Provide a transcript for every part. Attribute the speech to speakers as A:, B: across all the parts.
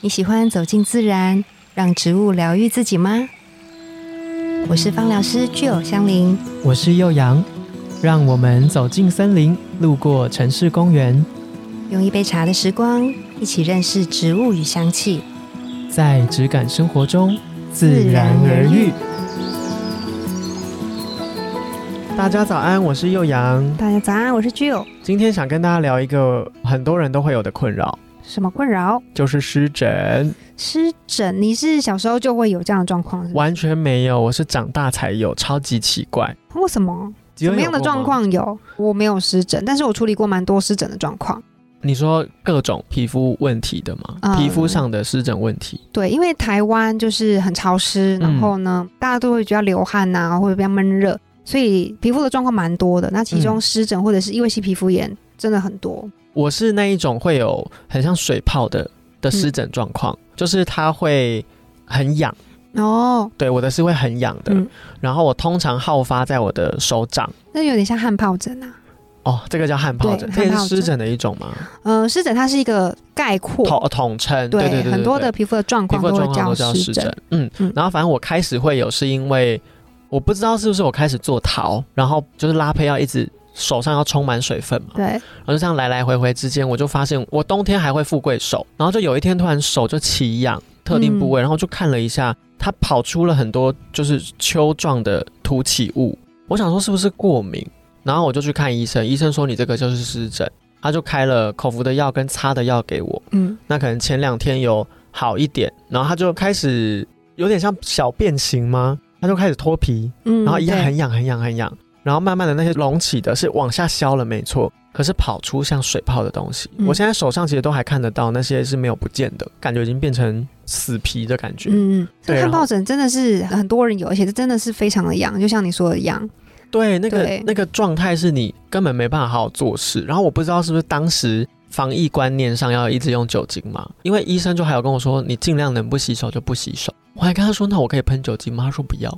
A: 你喜欢走进自然，让植物疗愈自己吗？我是芳疗师具有香林，
B: 我是幼阳，让我们走进森林，路过城市公园，
A: 用一杯茶的时光，一起认识植物与香气。
B: 在质感生活中自然而愈。大家早安，我是幼阳。
A: 大家早安，我是具有
B: 今天想跟大家聊一个很多人都会有的困扰，
A: 什么困扰？
B: 就是湿疹。
A: 湿疹，你是小时候就会有这样的状况是吗？
B: 完全没有，我是长大才有，超级奇怪。
A: 为什么？什么样的状？况有？我没有湿疹，但是我处理过蛮多湿疹的状况。
B: 你说各种皮肤问题的吗？
A: 嗯
B: 皮肤上的湿疹问题。
A: 对，因为台湾就是很潮湿，然
B: 嗯
A: 后呢，大家都会比较流汗呐、或者比较闷热，所以皮肤的状况蛮多的。那其中
B: 嗯
A: 湿疹或者是异位性皮肤炎真的很多。
B: 我是那一种会有很像水泡的的
A: 嗯
B: 湿疹状况，就是它会很痒，
A: 哦，
B: 对我的是会很痒的。
A: 嗯
B: 然后我通常好发在我的手掌，
A: 那有点像汗疱疹啊。
B: 哦，这个叫汗疱疹，
A: 对
B: 这也
A: 汗
B: 是
A: 疱疹
B: 湿疹的一种吗？
A: 嗯、湿疹它是一个概括，
B: 统统称，对对对，
A: 很多
B: 对
A: 的皮肤的状
B: 皮
A: 况
B: 肤
A: 都
B: 状
A: 会
B: 况都叫
A: 湿
B: 湿
A: 疹。
B: 疹。嗯
A: 嗯，
B: 然后反正我开始会有，是因为我不知道是不是我开始做陶，然后就是拉胚要一直。手上要充满水分嘛，
A: 对，
B: 然后就这样来来回回之间，我就发现我冬天还会富贵手，然后就有一天突然手就起痒，特定部位，然后就看了一下，它跑出了很多就是丘状的凸起物，我想说是不是过敏，然后我就去看医生，医生说你这个就是湿疹，他就开了口服的药跟擦的药给我，
A: 嗯，
B: 那可能前两天有好一点，然后他就开始有点像小变形吗？他就开始脱皮，
A: 嗯，
B: 然后一样
A: 对
B: 很痒很痒很痒，然后慢慢的那些隆起的是往下消了，没错，可是跑出像水泡的东西，
A: 嗯
B: 我现在手上其实都还看得到，那些是没有不见的感觉，已经变成死皮的感觉。
A: 嗯嗯，这
B: 对
A: 个汗
B: 然后
A: 疱疹真的是很多人有，而且这真的是非常的痒，就像你说的一样。
B: 对，那
A: 对
B: 个那个状态是你根本没办法好好做事。然后我不知道是不是当时防疫观念上要一直用酒精嘛，因为医生就还有跟我说，你尽量能不洗手就不洗手。我还跟他说，那我可以喷酒精吗？他说不要。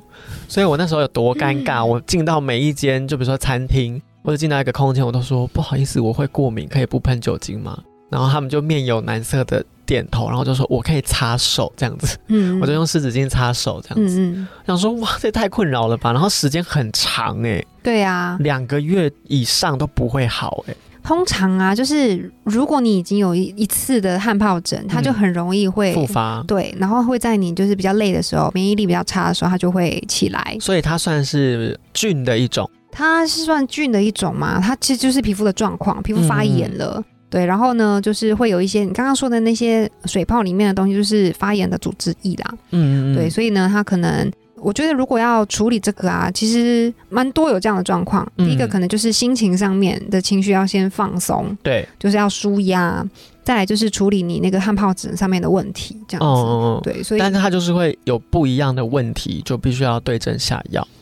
B: 所以我那时候有多尴尬，
A: 嗯
B: 我进到每一间，就比如说餐厅或者进到一个空间，我都说不好意思，我会过敏，可以不喷酒精吗？然后他们就面有难色的点头，然后就说我可以擦手这样子，
A: 嗯，
B: 我就用湿纸巾擦手这样子。
A: 嗯嗯，
B: 想说哇，这也太困扰了吧？然后时间很长哎、
A: 对啊，
B: 两个月以上都不会好、欸，
A: 通常啊，就是如果你已经有一一次的汗疱疹，它就很容易会、
B: 复发，
A: 对，然后会在你就是比较累的时候，免疫力比较差的时候，它就会起来。
B: 所以它算是菌的一种。
A: 它是算菌的一种嘛？它其实就是皮肤的状况，皮肤发炎了。
B: 嗯
A: 对，然后呢，就是会有一些你刚刚说的那些水泡里面的东西，就是发炎的组织液啦。
B: 嗯
A: 对，，所以呢，它可能我觉得如果要处理这个啊，其实蛮多有这样的状况。
B: 嗯
A: 第一个可能就是心情上面的情绪要先放松，
B: 对，
A: 就是要舒压，再来就是处理你那个汗疱疹上面的问题，这样子。
B: 嗯嗯嗯。
A: 对，所以
B: 但是它就是会有不一样的问题，就必须要对症下药。
A: 嗯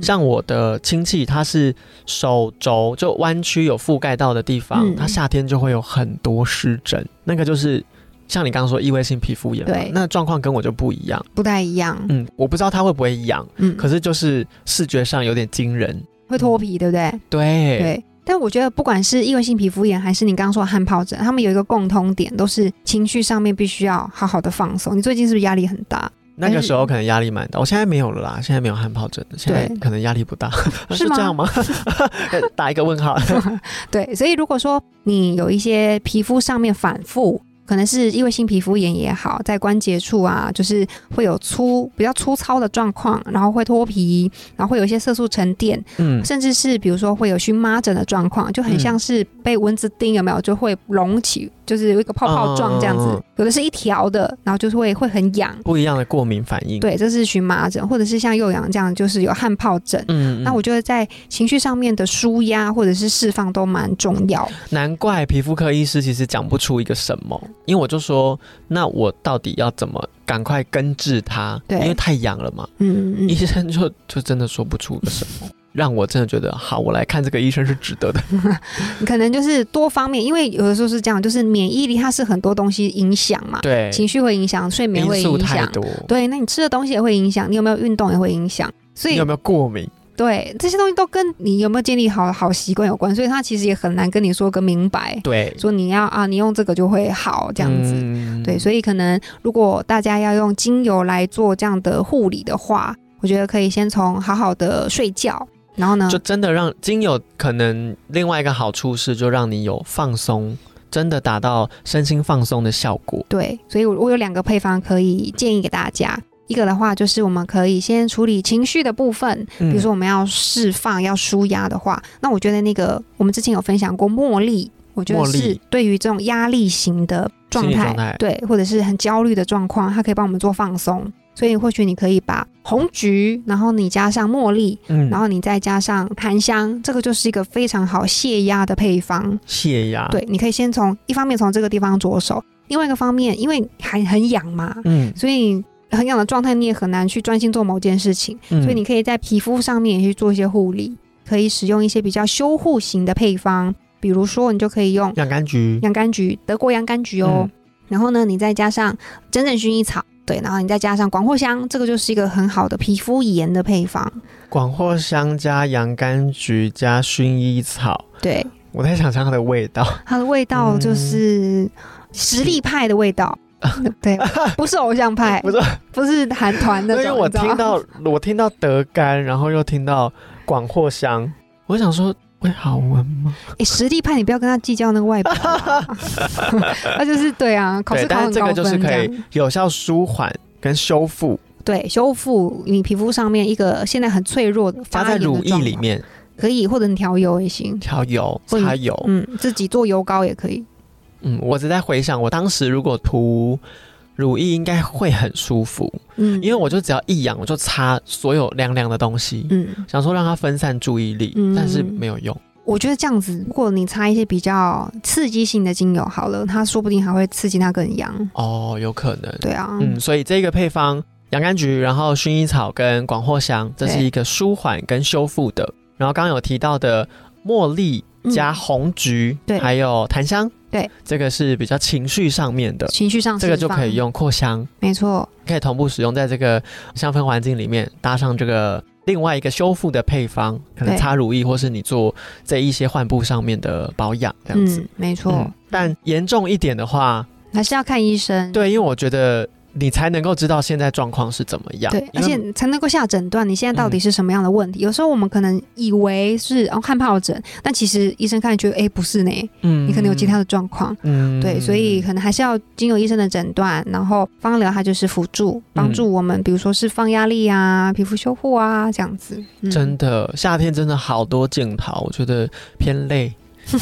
B: 像我的亲戚，他是手肘就弯曲有覆盖到的地方
A: 嗯，
B: 他夏天就会有很多湿疹，那个就是像你刚刚说异位性皮肤炎嘛
A: 对，
B: 那状况跟我就不一样。
A: 不太一样。
B: 嗯，我不知道他会不会痒，
A: 嗯，
B: 可是就是视觉上有点惊人。
A: 会脱皮，对不对？
B: 对，
A: 对。但我觉得，不管是异位性皮肤炎，还是你刚刚说的汗疱疹，他们有一个共通点，都是情绪上面必须要好好的放松。你最近是不是压力很大？
B: 那个时候可能压力蛮大，我现在没有了啦，现在没有汗疱疹了，现在可能压力不大，
A: 是
B: 是
A: 吗
B: 这样吗？打一个问号。
A: 对，所以如果说你有一些皮肤上面反复，可能是异位性皮肤炎也好，在关节处啊，就是会有粗比较粗糙的状况，然后会脱皮，然后会有一些色素沉淀，
B: 嗯，
A: 甚至是比如说会有荨麻疹的状况，就很
B: 嗯
A: 像是被蚊子叮，有没有？就会隆起，就是有一个泡泡状这样子。
B: 嗯嗯嗯嗯
A: 有的是一条的，然后就是会会很痒。
B: 不一样的过敏反应。，
A: 对，这是荨麻疹，或者是像幼阳这样，就是有汗疱疹。
B: 嗯，
A: 那我觉得在情绪上面的舒压或者是释放都蛮重要。
B: 难怪皮肤科医师其实讲不出一个什么，因为我就说，那我到底要怎么赶快根治它？
A: 对
B: 因为太痒了嘛，
A: 嗯嗯
B: 医生就就真的说不出个什么。让我真的觉得好，我来看这个医生是值得的。
A: 嗯，可能就是多方面，因为有的时候是这样，就是免疫力它是很多东西影响嘛，
B: 对，
A: 情绪会影响，睡眠
B: 因
A: 会影
B: 素太
A: 响，
B: 多。
A: 对，那你吃的东西也会影响，你有没有运动也会影响，所
B: 你
A: 以
B: 有没有过敏？
A: 对，这些东西都跟你有没有建立好好习惯有关，所以他其实也很难跟你说个明白，
B: 对，
A: 说你要啊，你用这个就会好这样子。
B: 嗯
A: 对，所以可能如果大家要用精油来做这样的护理的话，我觉得可以先从好好的睡觉，然后呢
B: 就，真的让精油可能另外一个好处是，就让你有放松，真的达到身心放松的效果。
A: 对，所以我我有两个配方可以建议给大家。一个的话就是我们可以先处理情绪的部分，比
B: 比
A: 如说我们要释放、要舒压的话，那我觉得那个我们之前有分享过茉莉，我觉得
B: 茉
A: 是
B: 莉
A: 对于这种压力型的状
B: 心理
A: 态，
B: 状态
A: 对，或者是很焦虑的状况，它可以帮我们做放松。所以或许你可以把红菊，然后你加上茉莉，
B: 嗯
A: 然后你再加上檀香，这个就是一个非常好泄压的配方。
B: 泄压，，
A: 对，你可以先从一方面从这个地方着手，另外一个方面，因为还很痒嘛，
B: 嗯，
A: 所以很痒的状态你也很难去专心做某件事情。
B: 所
A: 所以你可以在皮肤上面也去做一些护理，可以使用一些比较修护型的配方，比如说你就可以用
B: 养柑橘，
A: 洋甘菊，德国洋甘菊哦，
B: 嗯
A: 然后呢，你再加上真正薰衣草，对，然后你再加上广藿香，这个就是一个很好的皮肤炎的配方，
B: 广藿香加洋甘菊加薰衣草，
A: 对，
B: 我在想象它的味道，
A: 它的味道
B: 嗯
A: 就是实力派的味 道。对，不是偶像派，
B: 不是，
A: 不是韩团
B: 因
A: 那种。
B: 为我
A: 你知道
B: 听到我听到德柑，然后又听到广藿香，我想说会好闻 吗？
A: 诶实力派，你不要跟他计较那个外 表啦，他就是对啊，考
B: 对
A: 试，考
B: 但是
A: 很
B: 这
A: 高分
B: 个就是可
A: 样
B: 以有效舒缓跟修复，
A: 对，修复你皮肤上面一个现在很脆弱的发
B: 加在
A: 炎的
B: 乳液
A: 状
B: 里
A: 况，
B: 面
A: 可以，或者你调油也行。
B: 调油
A: 或者
B: 擦油，
A: 嗯，自己做油膏也可以。
B: 嗯，我只在回想，我当时如果涂乳液应该会很舒服，
A: 嗯，
B: 因为我就只要一痒，我就擦所有凉凉的东西，
A: 嗯，
B: 想说让它分散注意力，
A: 嗯
B: 但是没有用。
A: 我觉得这样子，如果你擦一些比较刺激性的精油好了，它说不定还会刺激它更痒。
B: 哦，有可能，
A: 对啊，
B: 嗯，所以这个配方，洋甘菊，然后薰衣草跟广藿香，这是
A: 对
B: 一个舒缓跟修复的。然后刚刚有提到的茉莉
A: 嗯
B: 加红菊，
A: 对
B: 还有檀香，
A: 对，
B: 这个是比较情绪上面的，
A: 情绪上
B: 这个
A: 释
B: 就可以
A: 放，
B: 用扩香。
A: 没错，
B: 可以同步使用在这个香氛环境里面，搭上这个另外一个修复的配方，可能
A: 对
B: 擦乳液，或是你做这一些患部上面的保养这样子。
A: 嗯，没错，
B: 嗯，但严重一点的话，
A: 还是要看医生。
B: 对，因为我觉得你才能够知道现在状况是怎么样。
A: 对，而
B: 啊因为嗯
A: 且才能够下诊断你现在到底是什么样的问题。有时候我们可能以为是哦汗疱疹，但其实医生看觉得哎不是呢，
B: 嗯
A: 你可能有其他，的状况。
B: 嗯
A: 对，所以可能还是要经由医生的诊断，然后芳疗它就是辅助，帮
B: 嗯
A: 助我们，比如说释放压力啊、皮肤修护啊这样子。嗯
B: 真的夏天真的好多镜头，我觉得偏累，
A: 嗯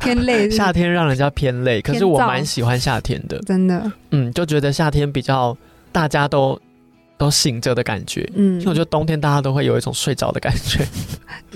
A: 偏 累是不是，
B: 夏天让人家偏累，可是我
A: 天燥
B: 蛮喜欢夏天的，
A: 真的，
B: 嗯，就觉得夏天比较大家都都醒着的感觉，
A: 嗯
B: 因为我觉得冬天大家都会有一种睡着的感觉，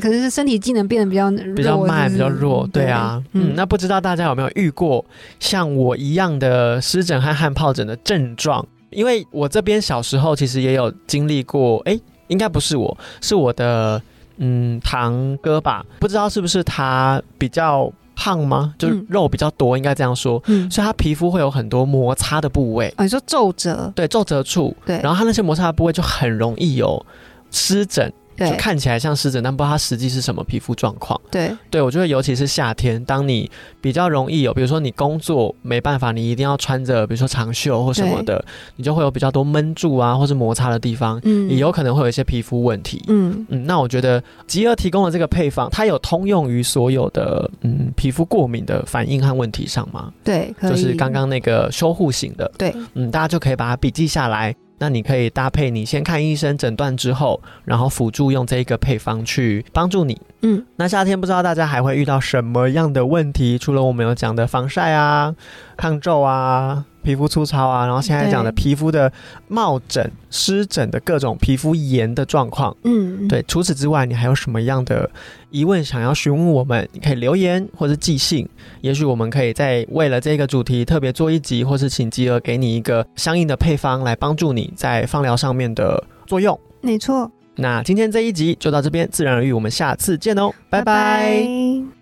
A: 可是身体机能变得比较
B: 比较
A: 嗯弱
B: 慢，
A: 是不是
B: 比较弱，对啊，嗯，那不知道大家有没有遇过像我一样的湿疹和汗疱疹的症状？因为我这边小时候其实也有经历过，诶，应该不是我，是我的嗯堂哥吧？不知道是不是他比较胖吗？就是
A: 嗯
B: 肉比较多，应该这样说，
A: 嗯，
B: 所以他皮肤会有很多摩擦的部位，
A: 哦，你说皱褶，
B: 对皱褶处，
A: 对，
B: 然
A: 后
B: 后他那些摩擦的部位就很容易有湿疹。就
A: 对
B: 看起来像湿疹，但不知道它实际是什么皮肤状况。
A: 对
B: 对我觉得，尤其是夏天，当你比较容易有，比如说你工作没办法，你一定要穿着比如说长袖或什么的，你就会有比较多闷住啊，或是摩擦的地方，
A: 嗯
B: 也有可能会有一些皮肤问题。
A: 嗯
B: 嗯，那我觉得吉儿提供的这个配方，它有通用于所有的嗯皮肤过敏的反应和问题上吗？
A: 对，可以
B: 就是刚刚那个修护型的，
A: 对
B: 嗯，大家就可以把它笔记下来。那你可以搭配你先看医生诊断之后，然后辅助用这一个配方去帮助你。
A: 嗯，
B: 那夏天不知道大家还会遇到什么样的问题？除了我们有讲的防晒啊、抗皱啊、皮肤粗糙啊，然后现在
A: 对
B: 讲的皮肤的疱疹、湿疹的各种皮肤炎的状况。
A: 嗯
B: 对，除此之外，你还有什么样的疑问想要询问我们？你可以留言或者寄信，也许我们可以再为了这个主题特别做一集，或是请吉儿给你一个相应的配方来帮助你在放疗上面的作用。
A: 没错，
B: 那今天这一集就到这边，自然而愈，我们下次见哦，拜拜
A: 拜